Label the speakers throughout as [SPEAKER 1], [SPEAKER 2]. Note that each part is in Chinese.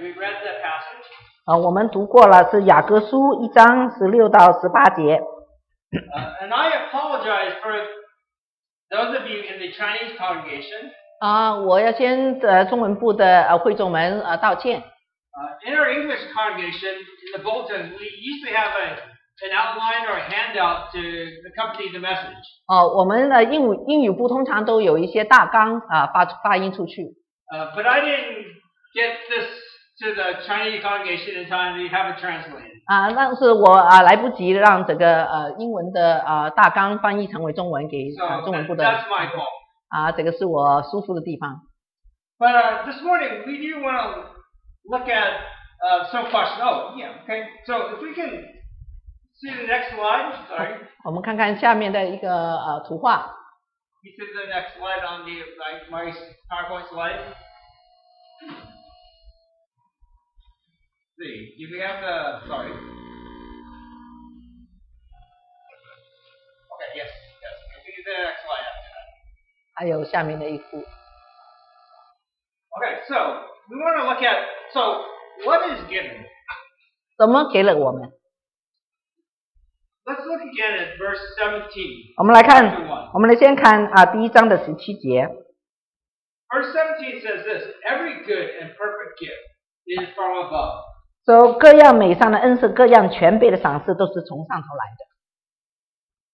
[SPEAKER 1] we read that passage.
[SPEAKER 2] 啊，我们读过了，是雅各书一章十六到十八节。
[SPEAKER 1] Uh, and I apologize for those of you in the Chinese congregation.
[SPEAKER 2] 啊，我要先呃中文部的呃会众们呃道歉。
[SPEAKER 1] Uh, in our English congregation, in the bulletin, we usually have a, an outline or a handout to accompany the message.
[SPEAKER 2] 哦，我们的英语英语部通常都有一些大纲啊发发音出去，
[SPEAKER 1] Uh, but I didn't get this to the Chinese congregation in time to have it translated.
[SPEAKER 2] 啊，但是我啊来不及让整个呃英文的啊、大纲翻译成为中文给
[SPEAKER 1] So
[SPEAKER 2] 啊中文部
[SPEAKER 1] that-
[SPEAKER 2] 的
[SPEAKER 1] that's my fault.
[SPEAKER 2] 啊，这个是我舒服的地方
[SPEAKER 1] But uh, this morning we do want to look at uh, so far. Oh, yeah, okay. So if we can see the next slide, sorry,
[SPEAKER 2] 我们看看下面的一个呃图画
[SPEAKER 1] you see the next slide on the like my PowerPoint slide. See, do we have the sorry? Okay, yes, yes. If we can see the next slide after that.
[SPEAKER 2] 还有下面的一幅。
[SPEAKER 1] Okay, so we want to look at so what is given.
[SPEAKER 2] 怎么给了我们？
[SPEAKER 1] Let's look again at verse 17.
[SPEAKER 2] 我们来看，
[SPEAKER 1] Chapter 1.
[SPEAKER 2] 我们来先看啊第一章的十七节
[SPEAKER 1] Verse 17 says this Every good and perfect gift is from above,
[SPEAKER 2] 说各样美善的恩赐，各样全备的赏赐都是从上头来的。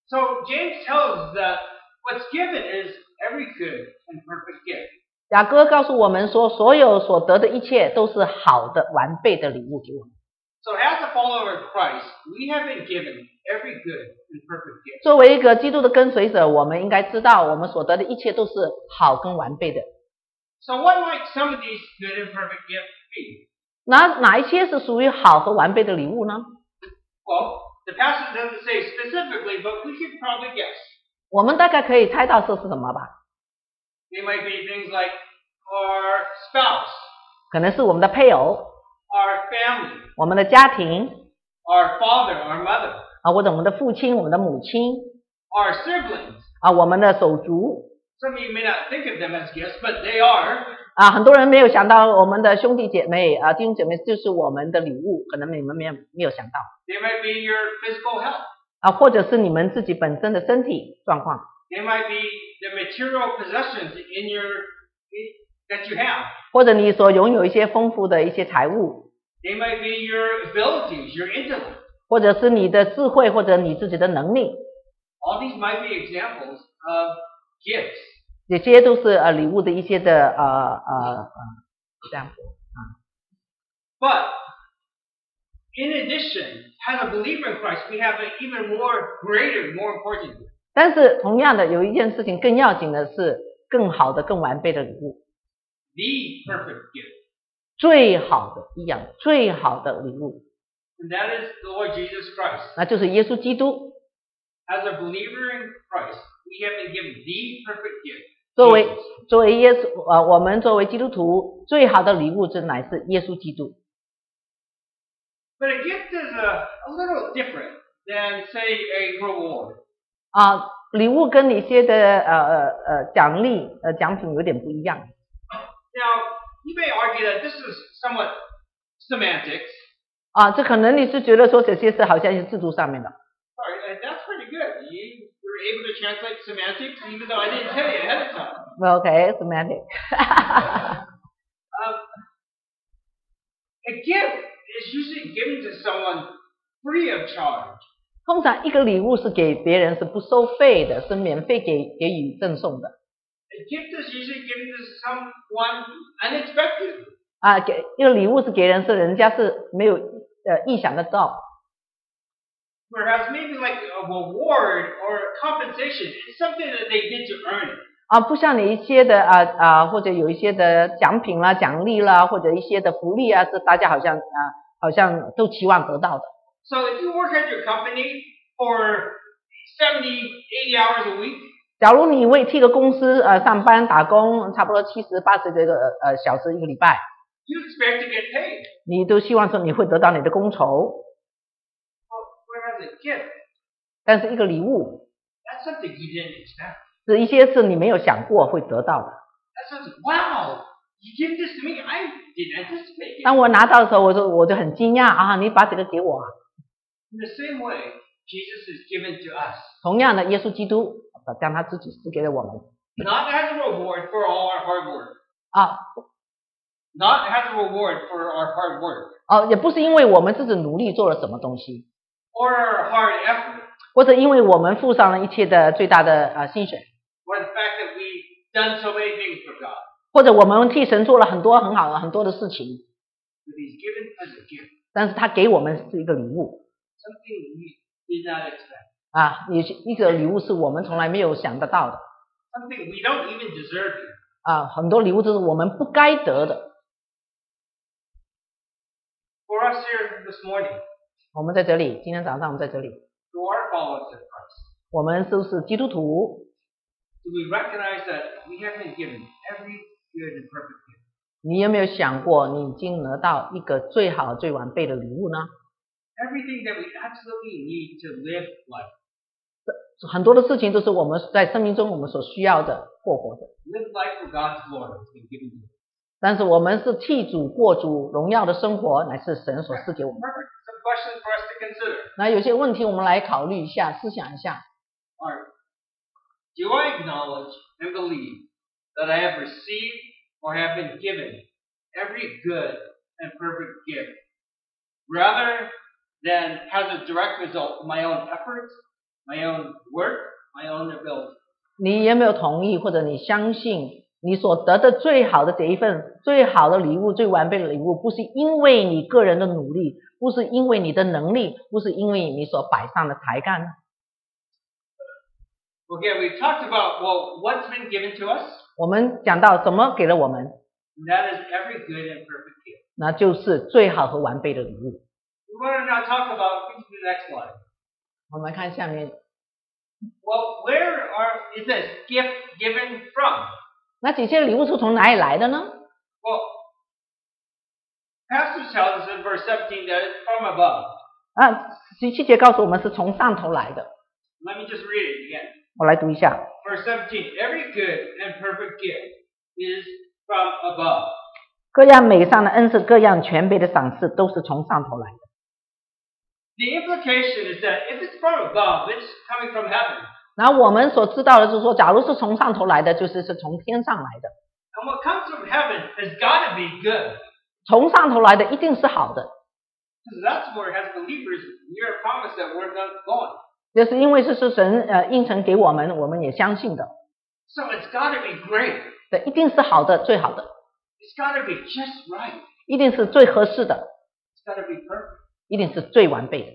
[SPEAKER 1] So James tells us that what's given is every good and perfect gift.
[SPEAKER 2] 雅哥告诉我们说，所有所得的一切都是好的、完备的礼物给我们。
[SPEAKER 1] So as a follower of Christ, we have been given every good and perfect gift.
[SPEAKER 2] 作为一个基督的跟随者，我们应该知道，我们所得的一切都是好跟完备的。
[SPEAKER 1] So what might some of these good and perfect gifts be?
[SPEAKER 2] 哪哪一些是属于好和完备的礼物呢？
[SPEAKER 1] Well, the passage doesn't say specifically, but we could probably guess.
[SPEAKER 2] 我们大概可以猜到这是什么吧？
[SPEAKER 1] They might be things like our spouse,
[SPEAKER 2] 可能是我们的配偶、
[SPEAKER 1] our family,
[SPEAKER 2] 我们的家庭
[SPEAKER 1] our father, our mother,
[SPEAKER 2] 啊，或者我们的父亲、我们的母亲
[SPEAKER 1] our siblings,
[SPEAKER 2] 啊，我们的手足
[SPEAKER 1] Some of you may not think of them as gifts, but they are.
[SPEAKER 2] 啊，很多人没有想到我们的兄弟姐妹啊，弟兄姐妹就是我们的礼物，可能你们没有没有想到
[SPEAKER 1] They might be your physical health.
[SPEAKER 2] 啊，或者是你们自己本身的身体状况
[SPEAKER 1] They might be the material possessions in your that you have.
[SPEAKER 2] 或者你所拥有一些丰富的一些财物，
[SPEAKER 1] They might be your abilities, your intellect.
[SPEAKER 2] 或者是你的智慧，或者你自己的能力，
[SPEAKER 1] All these might be examples of gifts.
[SPEAKER 2] 这些都是呃礼物的一些的呃呃呃这样。
[SPEAKER 1] But in addition, as a believer in Christ, we have an even more greater, more important gift.
[SPEAKER 2] 但是同样的，有一件事情更要紧的是，更好的、更完备的礼物，
[SPEAKER 1] The perfect gift.
[SPEAKER 2] 最好的一样，最好的礼物，
[SPEAKER 1] And that is the Lord Jesus Christ.
[SPEAKER 2] 那就是耶稣基督。
[SPEAKER 1] As a believer in Christ, we have been given the perfect gift.
[SPEAKER 2] 作为
[SPEAKER 1] Jesus.
[SPEAKER 2] 作为耶稣呃，我们作为基督徒最好的礼物，这乃是耶稣基督。
[SPEAKER 1] But a gift is a, a little different than, say, a reward.
[SPEAKER 2] 啊，礼物跟一些的呃呃呃奖励呃奖品有点不一样。
[SPEAKER 1] Now, you may argue that this is somewhat semantics.
[SPEAKER 2] 啊，这可能你是觉得说这些是好像是制度上面的
[SPEAKER 1] Sorry, uh, that's pretty good. You were able to translate semantics, even though I didn't tell you ahead of time.
[SPEAKER 2] ，OK，semantic、
[SPEAKER 1] A gift is usually given to someone free of charge.
[SPEAKER 2] 通常一个礼物是给别人是不收费的，是免费给给予赠送的
[SPEAKER 1] A gift is usually given to someone unexpected.
[SPEAKER 2] 啊，给一个礼物是给人是人家是没有呃意想得到
[SPEAKER 1] Whereas maybe like a reward or a compensation is something that they did to earn it.
[SPEAKER 2] 啊，不像你一些的啊啊或者有一些的奖品啦、奖励啦，或者一些的福利啊，是大家好像啊好像都期望得到的
[SPEAKER 1] So if you work at your company for 70, 80 hours a week,
[SPEAKER 2] 假如你为替个公司呃上班打工，差不多七十八十这个呃呃小时一个礼拜，
[SPEAKER 1] you expect to get paid.
[SPEAKER 2] 你都希望说你会得到你的工酬，
[SPEAKER 1] Whereas a gift,
[SPEAKER 2] 但是一个礼物
[SPEAKER 1] that's something you didn't expect.
[SPEAKER 2] 是一些是你没有想过会得到的
[SPEAKER 1] That's something, wow, You give this to me. I didn't anticipate it.
[SPEAKER 2] 当我拿到的时候，我就我就很惊讶啊！你把这个给我啊！
[SPEAKER 1] In the same way, Jesus is given to us,
[SPEAKER 2] 同样的，耶稣基督呃将他自己赐给了我们
[SPEAKER 1] not as a reward for all our hard work,
[SPEAKER 2] 啊
[SPEAKER 1] not as a reward for our hard work
[SPEAKER 2] 哦、也不是因为我们自己努力做了什么东西，
[SPEAKER 1] or our hard effort,
[SPEAKER 2] 或者因为我们付上了一切的最大的呃薪水，
[SPEAKER 1] or the fact that we've done so many things for God.
[SPEAKER 2] 或者我们替神做了很多很好的很多的事情，
[SPEAKER 1] But He's given as a gift,
[SPEAKER 2] 但是他给我们是一个礼物
[SPEAKER 1] something we did not expect,
[SPEAKER 2] 啊，有些一个礼物是我们从来没有想得到的
[SPEAKER 1] something we don't even deserve.
[SPEAKER 2] 啊，很多礼物都是我们不该得的。
[SPEAKER 1] For us here this morning,
[SPEAKER 2] 我们在这里，今天早上我们在这里，
[SPEAKER 1] who are followers of Christ,
[SPEAKER 2] 我们都是基督徒，
[SPEAKER 1] do we recognize that we have been given every good and perfect gift?
[SPEAKER 2] 你有没有想过，你已经得到一个最好、最完备的礼物呢？
[SPEAKER 1] Everything that we absolutely need to live life,
[SPEAKER 2] 很多的事情都是我们在生命中我们所需要的过活的，
[SPEAKER 1] live life for God's glory has been given to us.
[SPEAKER 2] 但是我们是替主过主荣耀的生活，乃是神所赐给我们。
[SPEAKER 1] Perfect. Some questions for us to consider
[SPEAKER 2] 那有些问题我们来考虑一下，思想一下。
[SPEAKER 1] are: Do I acknowledge and believe that I have received or have been given every good and perfect gift, rather than as a direct result of my own efforts, my own work, my own ability?
[SPEAKER 2] 你有没有同意，或者你相信你所得的最好的这一份最好的礼物、最完备的礼物，不是因为你个人的努力，不是因为你的能力，不是因为你所摆上的才干。
[SPEAKER 1] Okay, we've talked about well what's been given to us,
[SPEAKER 2] 我们讲到什么给了我们，
[SPEAKER 1] and that is every good and perfect gift.
[SPEAKER 2] 那就是最好和完备的礼物。
[SPEAKER 1] We want to now talk about we can do the next slide.
[SPEAKER 2] 我们看下面，
[SPEAKER 1] Well, where are is this gift given from?
[SPEAKER 2] 那这些礼物是从哪里来的呢？
[SPEAKER 1] Well, Pastor tells us in verse 17 that it's from above.
[SPEAKER 2] 啊，十七节告诉我们是从上头来的。
[SPEAKER 1] Let me just read it again.
[SPEAKER 2] 我来读一下，
[SPEAKER 1] Verse 17 Every good and perfect gift is from above.
[SPEAKER 2] 各样美善的恩赐，各样全备的赏赐，都是从上头来的。
[SPEAKER 1] The implication is that if it's from above, it's coming from heaven.
[SPEAKER 2] 然后我们所知道的就是说，假如是从上头来的，就是是从天上来的。
[SPEAKER 1] And what comes from heaven has got to be good.
[SPEAKER 2] 从上头来的一定是好的，
[SPEAKER 1] Because that's where, as believers, we are promised that we're not going.
[SPEAKER 2] 就是因为这是神呃应承给我们，我们也相信的，
[SPEAKER 1] So it's got to be great.
[SPEAKER 2] 对，一定是好的，最好的，
[SPEAKER 1] It's got to be just right.
[SPEAKER 2] 一定是最合适的，
[SPEAKER 1] It's got to be perfect.
[SPEAKER 2] 一定是最完备的。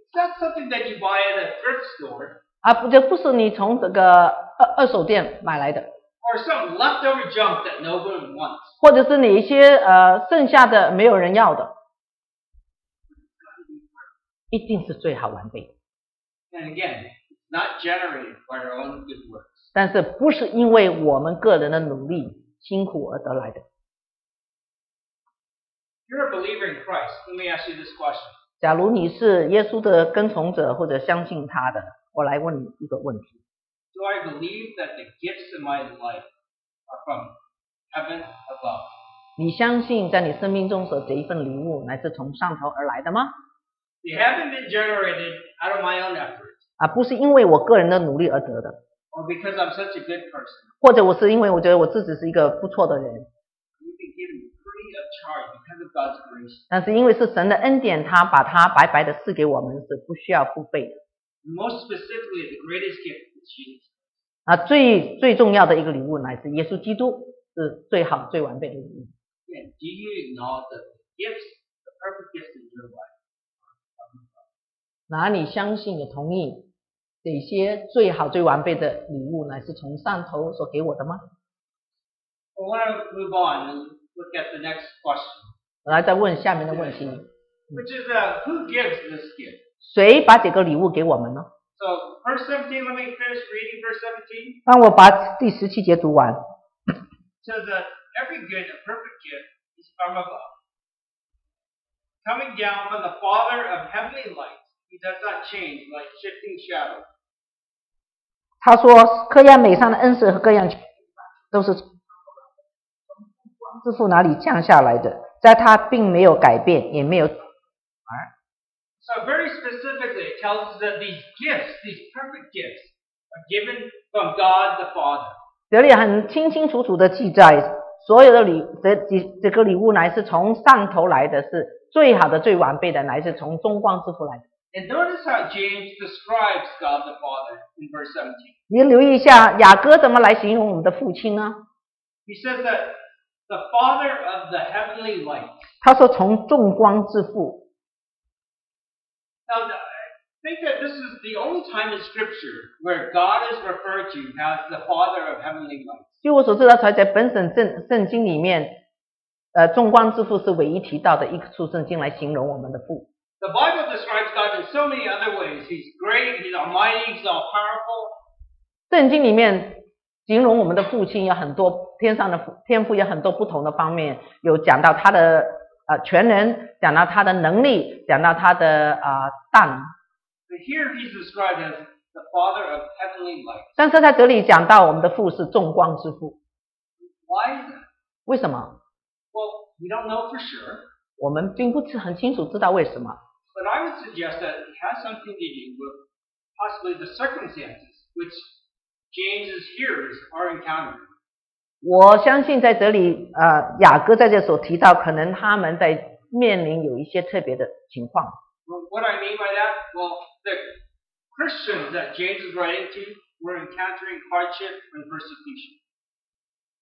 [SPEAKER 1] It's not something that you buy at a thrift store
[SPEAKER 2] 啊，不，这不是你从这个二二手店买来的，
[SPEAKER 1] or some leftover junk that no one wants.
[SPEAKER 2] 或者是你一些呃剩下的没有人要的，一定是最好完备的。
[SPEAKER 1] And again, it's not generated by our own good works.
[SPEAKER 2] 但是不是因为我们个人的努力辛苦而得来的？
[SPEAKER 1] If you're a believer in Christ, let me ask you this question.
[SPEAKER 2] 假如你是耶稣的跟从者或者相信他的，我来问你一个问题：
[SPEAKER 1] Do I believe that the gifts in my life are from heaven above?
[SPEAKER 2] 你相信在你生命中所这一份礼物乃是从上头而来的吗？
[SPEAKER 1] They haven't been generated out of my own efforts
[SPEAKER 2] 啊，不是因为我个人的努力而得的，
[SPEAKER 1] or because I'm such a good person.
[SPEAKER 2] 或者我是因为我觉得我自己是一个不错的人，
[SPEAKER 1] We've been given free of charge because of God's grace.
[SPEAKER 2] 但是因为是神的恩典，他把他白白的赐给我们，是不需要付费的。
[SPEAKER 1] Most specifically, the greatest gift is Jesus.
[SPEAKER 2] 啊，最最重要的一个礼物乃是耶稣基督，是最好最完备的礼物。
[SPEAKER 1] Again, do you acknowledge that the gifts, the perfect gifts in your life,
[SPEAKER 2] 哪里相信也同意这些最好最完备的礼物乃是从上头所给我的吗？
[SPEAKER 1] I want to move on and look at the next question,
[SPEAKER 2] 我来再问下面的问题：
[SPEAKER 1] which is uh, who gives this gift?
[SPEAKER 2] 谁把这个礼物给我们呢？
[SPEAKER 1] So, verse 17, let me finish reading verse 17.
[SPEAKER 2] 让我把第十七节读完。
[SPEAKER 1] It says that every good and perfect gift is from above, coming down from the Father of heavenly lights, who does not change like shifting shadows.
[SPEAKER 2] 他说：“各样美上的恩赐和各样都是自父哪里降下来的，在他并没有改变，也没有
[SPEAKER 1] So very specifically, it tells us that these gifts, these perfect gifts, are given from God the Father.
[SPEAKER 2] 这里很清清楚楚的记载，所有的礼这这这个礼物乃是从上头来的，是最好的、最完备的，乃是从中光之父来的。
[SPEAKER 1] And notice how James describes God the Father in verse 17.
[SPEAKER 2] 你留意一下，雅歌怎么来形容我们的父亲呢？
[SPEAKER 1] He says that the Father of the heavenly light.
[SPEAKER 2] 他说：“从众光之父。
[SPEAKER 1] Now, th- I think that this is the only time in Scripture where God is referred to as the Father of heavenly light. ”
[SPEAKER 2] 据我所知道，才在本省圣圣经里面，呃，众光之父是唯一提到的一处圣经来形容我们的父。
[SPEAKER 1] The Bible describes God in so many other ways. He's great, He's almighty, He's all powerful.
[SPEAKER 2] 圣经里面形容我们的父亲有很多天上的父天赋有很多不同的方面，有讲到他的呃全能，讲到他的能力，讲到他的啊、呃大能。
[SPEAKER 1] But here He's described as the Father of heavenly light.
[SPEAKER 2] 但是在这里讲到我们的父是众光之父，
[SPEAKER 1] Why is that?
[SPEAKER 2] 为什么？
[SPEAKER 1] Well, we don't know for sure,
[SPEAKER 2] 我们并不是很清楚知道为什么。
[SPEAKER 1] but I would suggest that it has something to do with possibly the circumstances which James's hearers are encountering.
[SPEAKER 2] 我相信在这里，呃，雅各在这所提到，可能他们在面临有一些特别的情况。
[SPEAKER 1] Well, what I mean by that, well, the Christians that James is writing to were encountering hardship and persecution.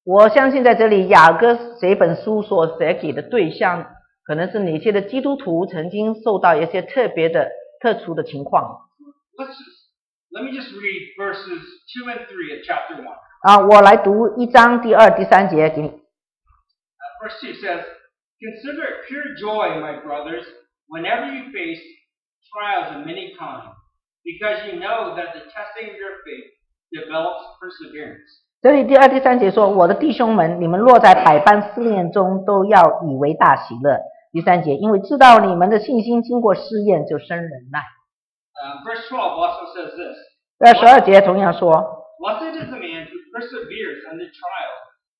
[SPEAKER 2] 我相信在这里，雅各写本书所写给的对象，可能是哪些的基督徒曾经受到一些特别的、特殊的情况
[SPEAKER 1] Let's just, let me just read verses 2 and 3 of chapter 1.
[SPEAKER 2] 啊。我来读一章第二、第三节给你。
[SPEAKER 1] Verse 2 says, Consider it pure joy, my brothers, whenever you face trials of many kinds, because you know that the testing of your faith develops perseverance.
[SPEAKER 2] 这里第二、第三节说：“我的弟兄们，你们落在百般试炼中，都要以为大喜乐。”第三节，因为知道你们的信心经过试验，就生忍耐。
[SPEAKER 1] Uh, verse 12 also says this
[SPEAKER 2] 那十二节同样说：
[SPEAKER 1] Blessed is the man who perseveres under trial,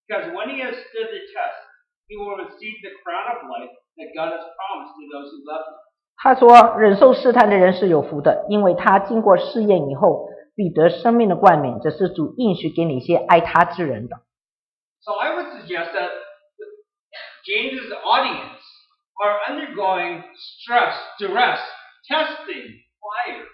[SPEAKER 1] because when he has stood the test, he will receive the crown of life that God has promised to those who love him.
[SPEAKER 2] 他说：“忍受试探的人是有福的，因为他经过试验以后，必得生命的冠冕。这是主应许给你一些爱他之人的。
[SPEAKER 1] So I would suggest that James's audience are undergoing stress, duress, testing, fire. ”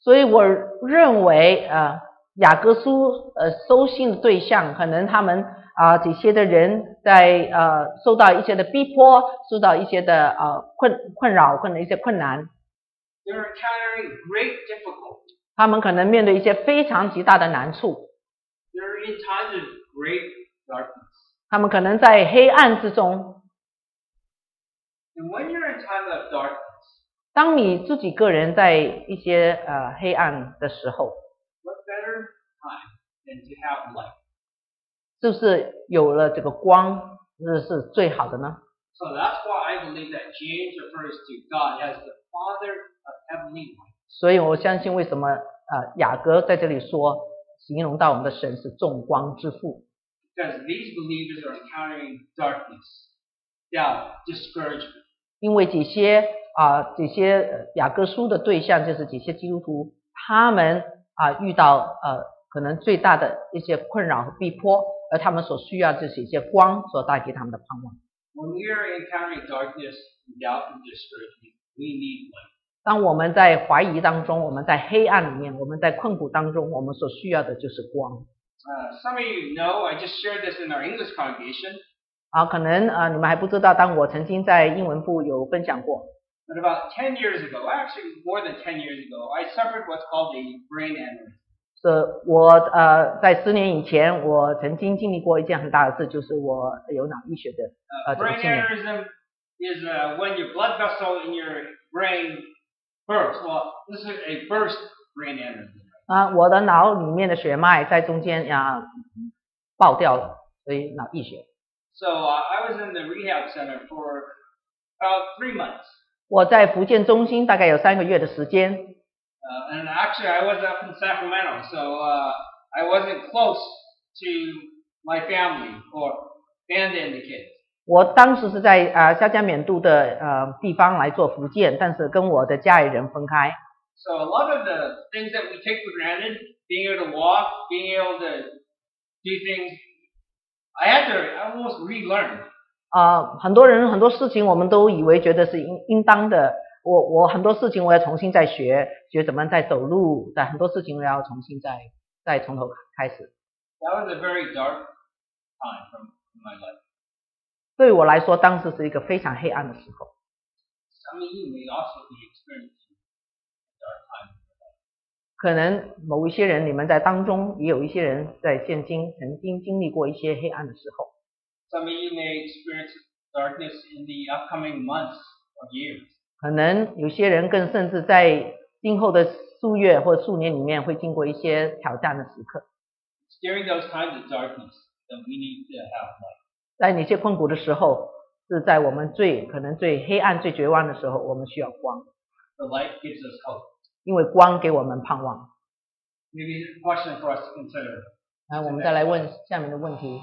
[SPEAKER 2] 所以我认为，呃，雅各书呃收信的对象，可能他们啊、这些的人在呃受到一些的逼迫，受到一些的呃困困扰，或者一些困难，
[SPEAKER 1] They're encountering great difficulty.
[SPEAKER 2] 他们可能面对一些非常极大的难处，
[SPEAKER 1] They're in times of great darkness.
[SPEAKER 2] 他们可能在黑暗之中。
[SPEAKER 1] And when you're in time of darkness,
[SPEAKER 2] 当你自己个人在一些呃黑暗的时候，
[SPEAKER 1] what better time than to have light?
[SPEAKER 2] 是不是有了这个光，是是最好的呢？
[SPEAKER 1] So that's why I believe that James refers to God as the Father of heavenly light.
[SPEAKER 2] 所以我相信，为什么呃雅各在这里说，形容到我们的神是众光之父，
[SPEAKER 1] Because these believers are encountering darkness, doubt, discouragement.
[SPEAKER 2] 因为这些啊、这些呃雅各书的对象就是这些基督徒，他们啊、遇到呃可能最大的一些困扰和逼迫，而他们所需要就是一些光所带给他们的盼望。
[SPEAKER 1] When we are encountering darkness and doubt and discouragement, we need light.
[SPEAKER 2] 当我们在怀疑当中，我们在黑暗里面，我们在困苦当中，我们所需要的就是光。
[SPEAKER 1] Uh, some of you know, I just shared this in our English congregation,
[SPEAKER 2] 啊，可能啊、呃你们还不知道，但我曾经在英文部有分享过。
[SPEAKER 1] but about 10 years ago, actually more than 10 years ago, I suffered what's called a brain aneurysm.
[SPEAKER 2] 是我呃，在十年以前，我曾经经历过一件很大的事，就是我有脑溢血的
[SPEAKER 1] Uh,
[SPEAKER 2] Uh,
[SPEAKER 1] brain
[SPEAKER 2] document.
[SPEAKER 1] aneurysm is uh, when your blood vessel in your brain bursts. Well, this is a burst brain aneurysm.
[SPEAKER 2] 啊，我的脑里面的血脉在中间呀、爆掉了，所以脑溢血。
[SPEAKER 1] So uh, I was in the rehab center for about three months,
[SPEAKER 2] 我在福建中心大概有三个月的时间，
[SPEAKER 1] uh, and actually I was up in Sacramento, so uh, I wasn't close to my family or band indicates.
[SPEAKER 2] 我当时是在啊下江缅度的呃地方来做福建，但是跟我的家里人分开，
[SPEAKER 1] So a lot of the things that we take for granted, being able to walk, being able to do things, I had to almost relearn.
[SPEAKER 2] 啊，很多人很多事情我们都以为觉得是应应当的，我我很多事情我要重新再学，学怎么再走路，但很多事情我要重新再再从头开始。
[SPEAKER 1] That was a very dark time from in my life.
[SPEAKER 2] 对我来说，当时是一个非常黑暗的时候。
[SPEAKER 1] Some of you may also be experiencing a dark time.
[SPEAKER 2] 可能某一些人，你们在当中也有一些人在现今曾经经历过一些黑暗的时候，
[SPEAKER 1] Some of you may experience darkness in the upcoming months or years.
[SPEAKER 2] 可能有些人更甚至在今后的数月或数年里面会经过一些挑战的时刻。
[SPEAKER 1] It's during those times of darkness that we need to have light.
[SPEAKER 2] 在那些困苦的时候，是在我们最可能最黑暗、最绝望的时候，我们需要光，
[SPEAKER 1] The light gives us hope.
[SPEAKER 2] 因为光给我们盼望。
[SPEAKER 1] Maybe here's a question for us to consider.
[SPEAKER 2] 来，我们再来问下面的问题：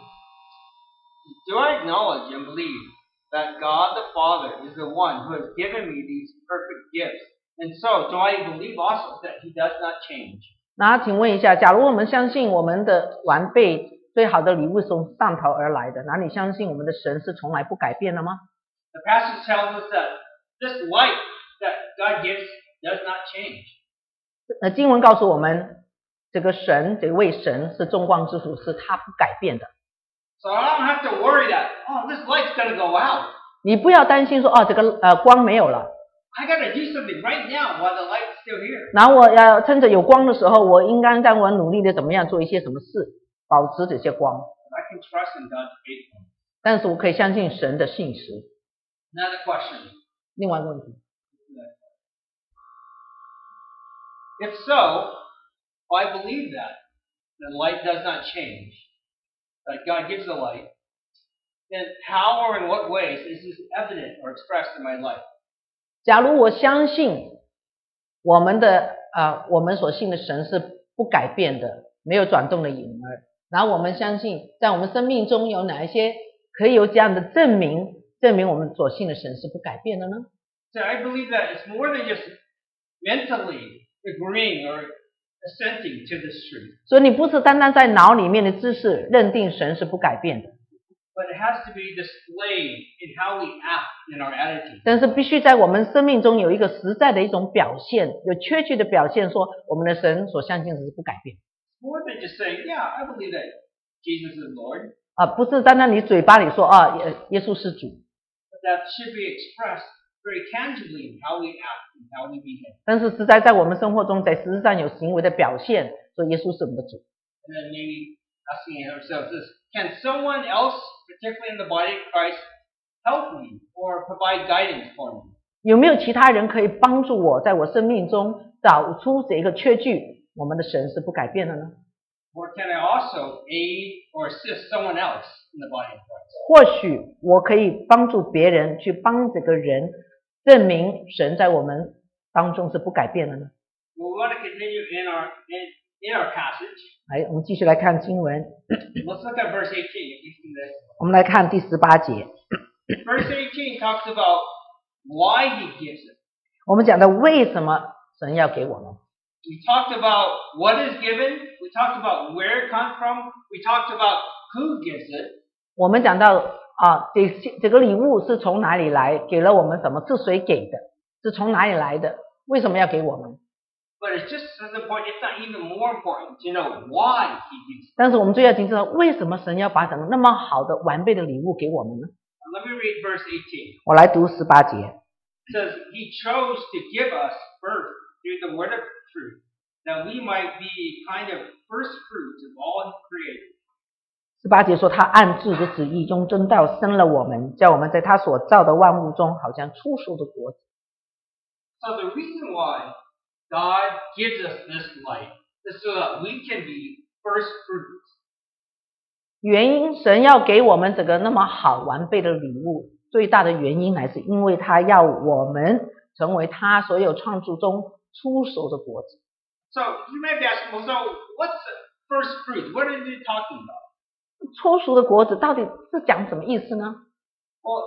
[SPEAKER 1] Do I acknowledge and believe that God the Father is the one who has given me these perfect gifts? And so, do I believe also that He does not change?
[SPEAKER 2] 那请问一下，假如我们相信我们的完备最好的礼物是从上头而来的，那你相信我们的神是从来不改变的吗？
[SPEAKER 1] The passage tells us that this light that God gives does not change.
[SPEAKER 2] 呃，经文告诉我们，这个神，这位神是众光之父，是他不改变的。
[SPEAKER 1] So I don't have to worry that, oh, this light's going to go out.
[SPEAKER 2] 你不要担心说，哦，这个呃光没有了，
[SPEAKER 1] I got to do something right now while the light's still here.
[SPEAKER 2] 然后我要趁着有光的时候，我应该让我努力的怎么样做一些什么事，保持这些光。
[SPEAKER 1] I can trust in God's faithfulness.
[SPEAKER 2] 但是我可以相信神的信实。
[SPEAKER 1] Another question.
[SPEAKER 2] 另外一个问题，
[SPEAKER 1] If so, if I believe that, then light does not change, that God gives the light, then how or in what ways is this evident or expressed in my life?
[SPEAKER 2] 假如我相信我们的啊、呃我们所信的神是不改变的，没有转动的影儿，然后我们相信在我们生命中有哪一些可以有这样的证明，证明我们所信的神是不改变的呢？
[SPEAKER 1] So I believe that it's more than just mentally agreeing or assenting to this truth,
[SPEAKER 2] 所以你不是单单在脑里面的知识认定神是不改变的，
[SPEAKER 1] but it has to be displayed in how we act in our attitude.
[SPEAKER 2] 但是必须在我们生命中有一个实在的一种表现，有确据的表现，说我们的神所相信的是不改变
[SPEAKER 1] More than just saying, yeah, I believe that Jesus is Lord,
[SPEAKER 2] 啊，不是单单你嘴巴里说啊耶耶稣是主，
[SPEAKER 1] but that should be expressed very tangibly in how we act and how we behave.
[SPEAKER 2] 但是实在在我们生活中，在实质上有行为的表现，说耶稣是我们的主。
[SPEAKER 1] and then maybe asking ourselves this can someone else, particularly in the body of Christ, help me or provide guidance for me?
[SPEAKER 2] 有没有其他人可以帮助我，在我生命中找出这个确据？我们的神是不改变的呢？
[SPEAKER 1] Or can I also aid or assist someone else in the body of Christ?
[SPEAKER 2] 或许我可以帮助别人，去帮这个人证明神在我们当中是不改变的呢？
[SPEAKER 1] Well, we want to continue in our in, in our passage.
[SPEAKER 2] 来，我们继续来看经文，
[SPEAKER 1] Let's look at verse 18. if you see this.
[SPEAKER 2] 我们来看第十八节，
[SPEAKER 1] Verse 18 talks about why he gives it.
[SPEAKER 2] 我们讲的为什么神要给我们？
[SPEAKER 1] We talked about what is given. We talked about where it comes from. We talked about who gives it.
[SPEAKER 2] 我们讲到啊，这些这个礼物是从哪里来？给了我们什么？是谁给的？是从哪里来的？为什么要给我们？
[SPEAKER 1] But it's just as important, if not even more important, to know why he gives. it.
[SPEAKER 2] 但是我们最要紧知道，为什么神要把怎么那么好的完备的礼物给我们呢？
[SPEAKER 1] Let me read verse 18.
[SPEAKER 2] 我来读十八节，
[SPEAKER 1] It says, He chose to give us birth through the word of truth, that we might be kind of first fruits of all he created.
[SPEAKER 2] 十八节说他按自己的旨意用真道生了我们，叫我们在他所造的万物中，好像初熟的果子。
[SPEAKER 1] So the reason why God gives us this light is so that we can be first fruits.
[SPEAKER 2] 原因神要给我们这个那么好完备的礼物，最大的原因还是因为他要我们成为他所有创造中出手的果子。
[SPEAKER 1] So you might be asking, well, so what's the first fruits? What are they talking about?
[SPEAKER 2] 出熟的果子到底是讲什么意思呢？
[SPEAKER 1] Well,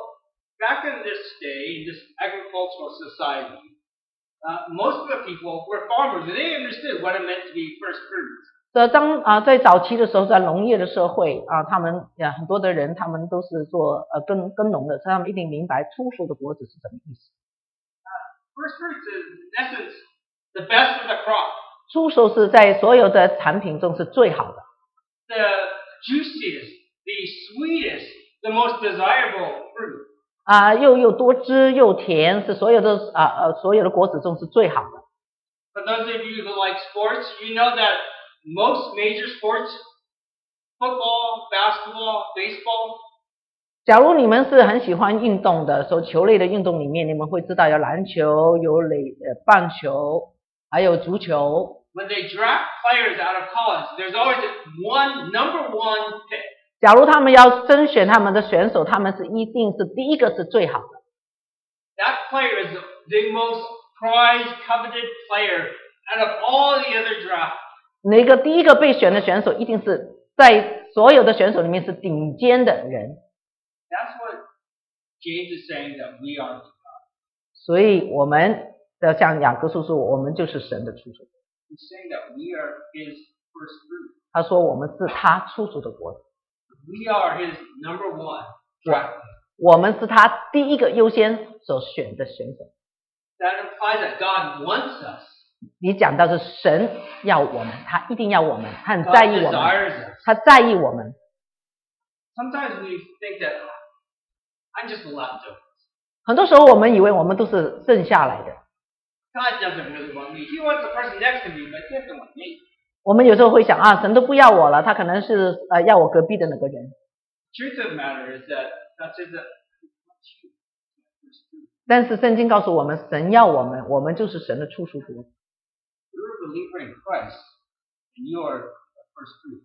[SPEAKER 1] back in this day, in this agricultural society, uh, most of the people were farmers, and they understood what it meant to be first fruits.
[SPEAKER 2] 呃，当啊、在早期的时候，在农业的社会啊、他们呀、很多的人，他们都是做呃耕耕农的，所以他们一定明白初熟的果子是什么意思。
[SPEAKER 1] First fruits is, in essence, the best of the crop,
[SPEAKER 2] 初熟是在所有的产品中是最好的，
[SPEAKER 1] the juiciest, the sweetest, the most desirable fruit.
[SPEAKER 2] 啊、又又多汁又甜，是所有的啊呃所有的果子中是最好的。
[SPEAKER 1] For those of you who like sports, you know that most major sports, football, basketball, baseball,
[SPEAKER 2] 假如你们是很喜欢运动的，说球类的运动里面，你们会知道有篮球、有垒呃棒球，还有足球。
[SPEAKER 1] when they draft players out of college, there's always one number one pick.
[SPEAKER 2] 假如他们要甄选他们的选手，他们是一定是第一个是最好的。
[SPEAKER 1] That player is the most prized, coveted player out of all the other drafts.
[SPEAKER 2] 那个第一个被选的选手一定是在所有的选手里面是顶尖的人，
[SPEAKER 1] That's what James is saying that we are.
[SPEAKER 2] 所以我们的像雅各叔叔，我们就是神的出手。
[SPEAKER 1] He's saying that we are his first fruit.
[SPEAKER 2] 他说我们是他出手的国度，
[SPEAKER 1] We are his number one draft.
[SPEAKER 2] 我们是他第一个优先所选的选手。
[SPEAKER 1] That implies that God wants us.
[SPEAKER 2] 你讲到是神要我们，他一定要我们，他很
[SPEAKER 1] God
[SPEAKER 2] 在意我们，
[SPEAKER 1] desires us.
[SPEAKER 2] 他在意我们。
[SPEAKER 1] Sometimes we think that "Ah, I'm just a leftover.
[SPEAKER 2] 很多时候我们以为我们都是剩下来的，
[SPEAKER 1] God doesn't really want me. He wants the person next to me, but he doesn't want me.
[SPEAKER 2] 我们有时候会想啊，神都不要我了，他可能是呃要我隔壁的那个人。
[SPEAKER 1] Truth of the matter is that God says that he wants you.
[SPEAKER 2] 但是圣经告诉我们，神要我们，我们就是神的出赎国。
[SPEAKER 1] You're a believer in Christ, and you are the first fruit.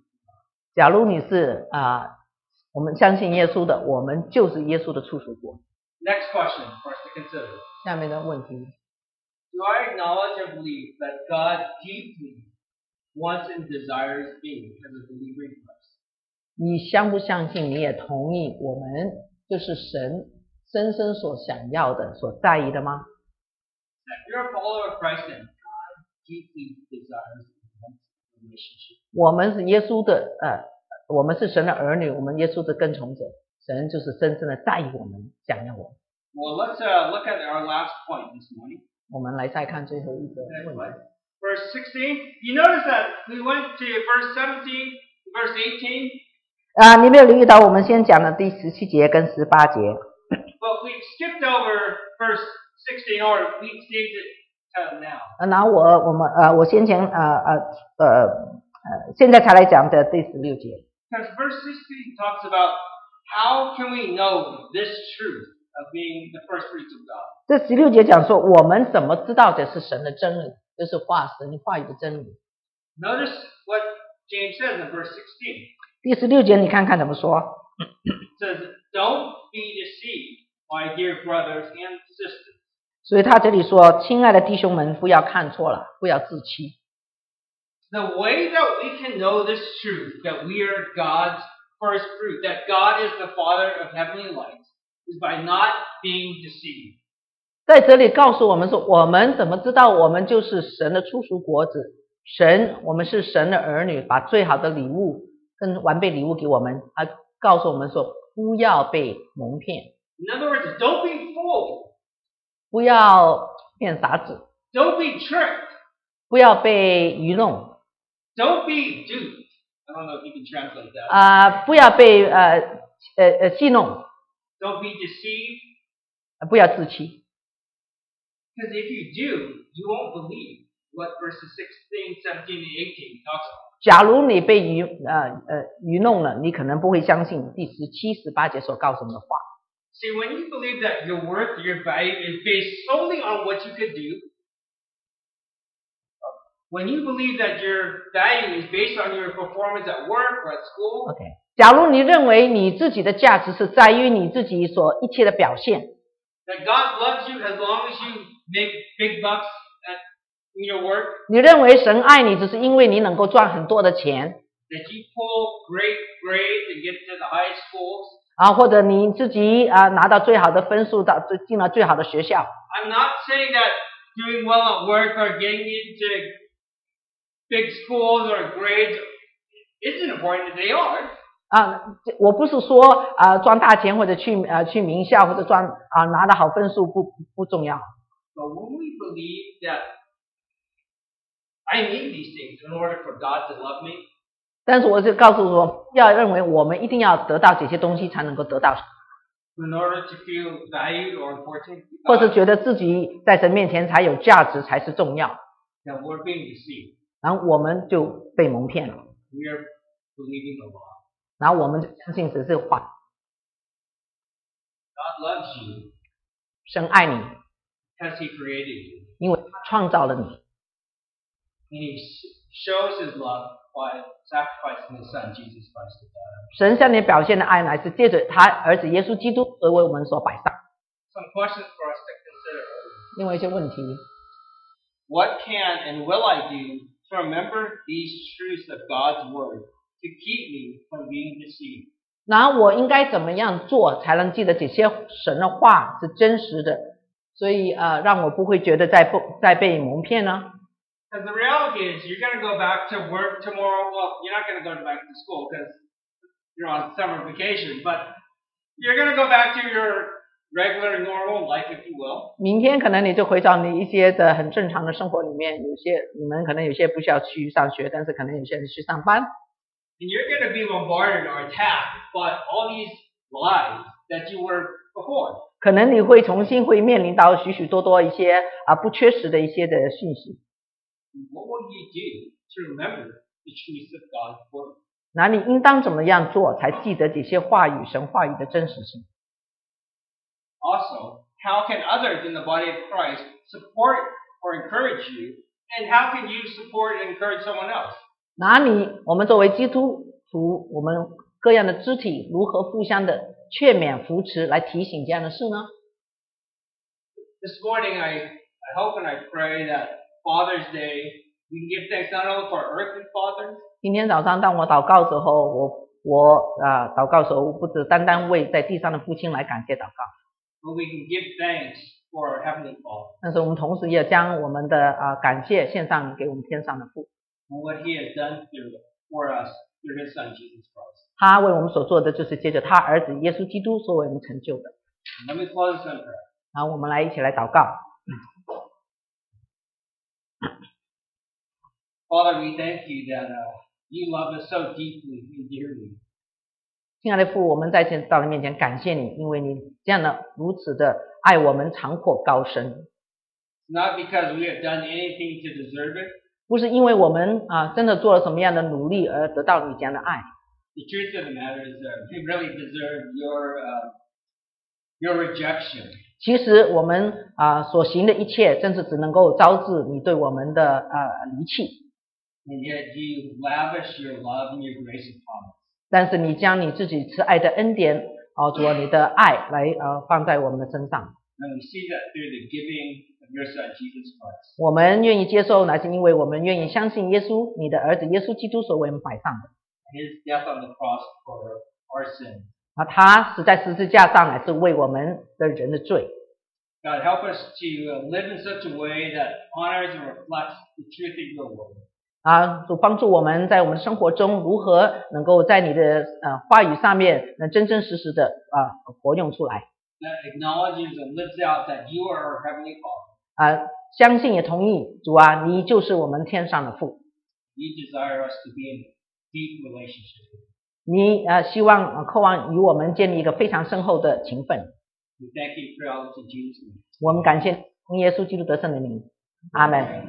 [SPEAKER 2] 假如你是啊、我们相信耶稣的，我们就是耶稣的出赎国。
[SPEAKER 1] Next question for us to consider.
[SPEAKER 2] 下面的问题，
[SPEAKER 1] Do I acknowledge and believe that God deeply wants and desires me as a believer in Christ?
[SPEAKER 2] 你相不相信？你也同意我们就是神深深所想要的、所在意的吗？
[SPEAKER 1] If you're a follower of Christ, then God deeply desires and wants a relationship.
[SPEAKER 2] 我们是耶稣的，呃，我们是神的儿女，我们耶稣的跟从者，神就是深深的在意我们，想要我们。
[SPEAKER 1] Well, let's uh, look at our last point this morning.
[SPEAKER 2] 我们来再看最后一个
[SPEAKER 1] Next
[SPEAKER 2] 问题
[SPEAKER 1] slide.。Verse 16. You notice that we went to verse 17, verse 18,
[SPEAKER 2] 啊，你没有留意到我们先讲的第十七节跟十八节，
[SPEAKER 1] but we skipped over verse 16, or we saved it till now.
[SPEAKER 2] 呃然后我我们呃，我先前呃呃呃呃，现在才来讲的第十六节，
[SPEAKER 1] Because verse 16 talks about how can we know this truth of being the first fruits of God.
[SPEAKER 2] 这十六节讲说我们怎么知道这是神的真理，就是话神话语的真理。
[SPEAKER 1] Notice what James says in verse 16.
[SPEAKER 2] 第十六节你看看怎么说？
[SPEAKER 1] It says, Don't be deceived, my dear brothers and sisters.
[SPEAKER 2] 所以他这里说，亲爱的弟兄们，不要看错了，不要自欺。
[SPEAKER 1] The way that we can know this truth, that we are God's first fruit, that God is the Father of heavenly lights, is by not being deceived.
[SPEAKER 2] 在这里告诉我们说，我们怎么知道我们就是神的出熟果子？神，我们是神的儿女，把最好的礼物跟完备礼物给我们，他告诉我们说，不要被蒙骗，
[SPEAKER 1] In other words, don't be fooled.
[SPEAKER 2] 不要骗傻子，
[SPEAKER 1] Don't be tricked.
[SPEAKER 2] 不要被愚弄
[SPEAKER 1] Don't be duped. I don't know if you can translate that.
[SPEAKER 2] 啊、不要被呃呃呃戏弄，
[SPEAKER 1] don't be deceived,
[SPEAKER 2] 不要自欺。
[SPEAKER 1] because if you do, you won't believe what verses 16, 17, and 18 talks about.
[SPEAKER 2] 假如你被愚呃呃愚弄了，你可能不会相信第十七、十八节所告诉我们的话。
[SPEAKER 1] See, when you believe that your worth, your value is based solely on what you could do, when you believe that your value is based on your performance at work or at school,
[SPEAKER 2] OK，假如你认为你自己的价值是在于你自己所一切的表现，
[SPEAKER 1] that God loves you as long as you make big bucks at, in your work,
[SPEAKER 2] 你认为神爱你只是因为你能够赚很多的钱
[SPEAKER 1] that you pull great grades and get into the high schools,
[SPEAKER 2] 啊，或者你自己啊拿到最好的分数，到最进了最好的学校。
[SPEAKER 1] I'm not saying that doing well at work or getting into big schools or grades isn't important. They are.
[SPEAKER 2] 啊，这我不是说啊赚大钱或者去呃去名校或者赚啊拿到好分数不不重要，
[SPEAKER 1] But when we believe that I need these things in order for God to love me,
[SPEAKER 2] 但是我就告诉说，要认为我们一定要得到这些东西才能够得到，
[SPEAKER 1] in order to feel valued or important,
[SPEAKER 2] 或是觉得自己在神面前才有价值才是重要，
[SPEAKER 1] then we're being deceived.
[SPEAKER 2] 然后我们就被蒙骗了，
[SPEAKER 1] We are believing the law.
[SPEAKER 2] 然后我们就相信只是谎，
[SPEAKER 1] God loves you
[SPEAKER 2] 神爱你，
[SPEAKER 1] because He created you,
[SPEAKER 2] 因为他创造了你，
[SPEAKER 1] and He s- shows His love by sacrificing His Son Jesus Christ to die.
[SPEAKER 2] 神向你表现的爱乃是借着他儿子耶稣基督而为我们所摆上。
[SPEAKER 1] Some questions for us to consider:
[SPEAKER 2] 另外一些问题，
[SPEAKER 1] What can and will I do to remember these truths of God's Word to keep me from being deceived?
[SPEAKER 2] 然后我应该怎么样做才能记得这些神的话是真实的？所以呃，让我不会觉得在不在被蒙骗呢？
[SPEAKER 1] Because the reality is, you're going to go back to work tomorrow. Well, you're not going to go back to school because you're on summer vacation, but you're going to go back to your regular, normal life, if you will.
[SPEAKER 2] 明天可能你就回到你一些的很正常的生活里面，有些你们可能有些不需要去上学，但是可能有些人去上班，
[SPEAKER 1] And you're going to be bombarded or attacked by all these lies that you were before.
[SPEAKER 2] 可能你会重新会面临到许许多多一些啊不缺失的一些的讯息。
[SPEAKER 1] What will you do to remember the truths of God's word?
[SPEAKER 2] 那你应当怎么样做才记得这些话语、神话语的真实性？
[SPEAKER 1] Also, how can others in the body of Christ support or encourage you? And how can you support and encourage someone else?
[SPEAKER 2] 哪里我们作为基督徒，我们各样的肢体如何互相的劝勉、扶持，来提醒这样的事呢？
[SPEAKER 1] This morning, I, I hope and I pray that Father's Day, we can give thanks not only for our earthly fathers,
[SPEAKER 2] 今天早上当我祷告的时候，我我啊、祷告的时候，不只单单为在地上的父亲来感谢祷告，
[SPEAKER 1] but we can give thanks for our Heavenly Father
[SPEAKER 2] 但是我们同时也将我们的啊、感谢献上给我们天上的父，
[SPEAKER 1] and what He has done through, for us through His Son, Jesus Christ.
[SPEAKER 2] 他为我们所做的就是借着他儿子耶稣基督所为我们成就的。
[SPEAKER 1] And let me close this in prayer.
[SPEAKER 2] 然后我们来一起来祷告，
[SPEAKER 1] Father, we thank you that uh, you love us so deeply and dearly.
[SPEAKER 2] 亲爱的父，我们在天到你面前感谢你，因为你这样的如此的爱我们，长阔高深。
[SPEAKER 1] It's not because we have done anything to deserve it.
[SPEAKER 2] 不是因为我们啊真的做了什么样的努力而得到你这样的爱，
[SPEAKER 1] The truth of the matter is that we really deserve your uh, your rejection.
[SPEAKER 2] 其实我们啊所行的一切，真是只能够招致你对我们的呃离弃。
[SPEAKER 1] And yet you lavish your love and your grace upon us.
[SPEAKER 2] 但是你将你自己慈爱的恩典啊，主啊你的爱来呃放在我们的身上，
[SPEAKER 1] And we see that through the giving of your son, Jesus Christ.
[SPEAKER 2] 我们愿意接受，乃是因为我们愿意相信耶稣，你的儿子耶稣基督所为我们摆上的。
[SPEAKER 1] His death on the cross for our sin.
[SPEAKER 2] 啊，他死在十字架上，乃是为我们的人的罪。
[SPEAKER 1] God, help us to uh, live in such a way that honors and reflects the truth of your word.
[SPEAKER 2] 啊，主帮助我们在我们的生活中如何能够在你的呃话语上面能真真实实的啊活用出来
[SPEAKER 1] That acknowledges and lives out that you are our Heavenly Father.
[SPEAKER 2] 啊，相信也同意主啊，你就是我们天上的父，
[SPEAKER 1] You desire us to be in deep relationship with you.
[SPEAKER 2] 你呃希望呃渴望与我们建立一个非常深厚的情分，
[SPEAKER 1] We thank you for all this in Jesus' name.
[SPEAKER 2] 我们感谢奉耶稣基督得胜的名，阿门。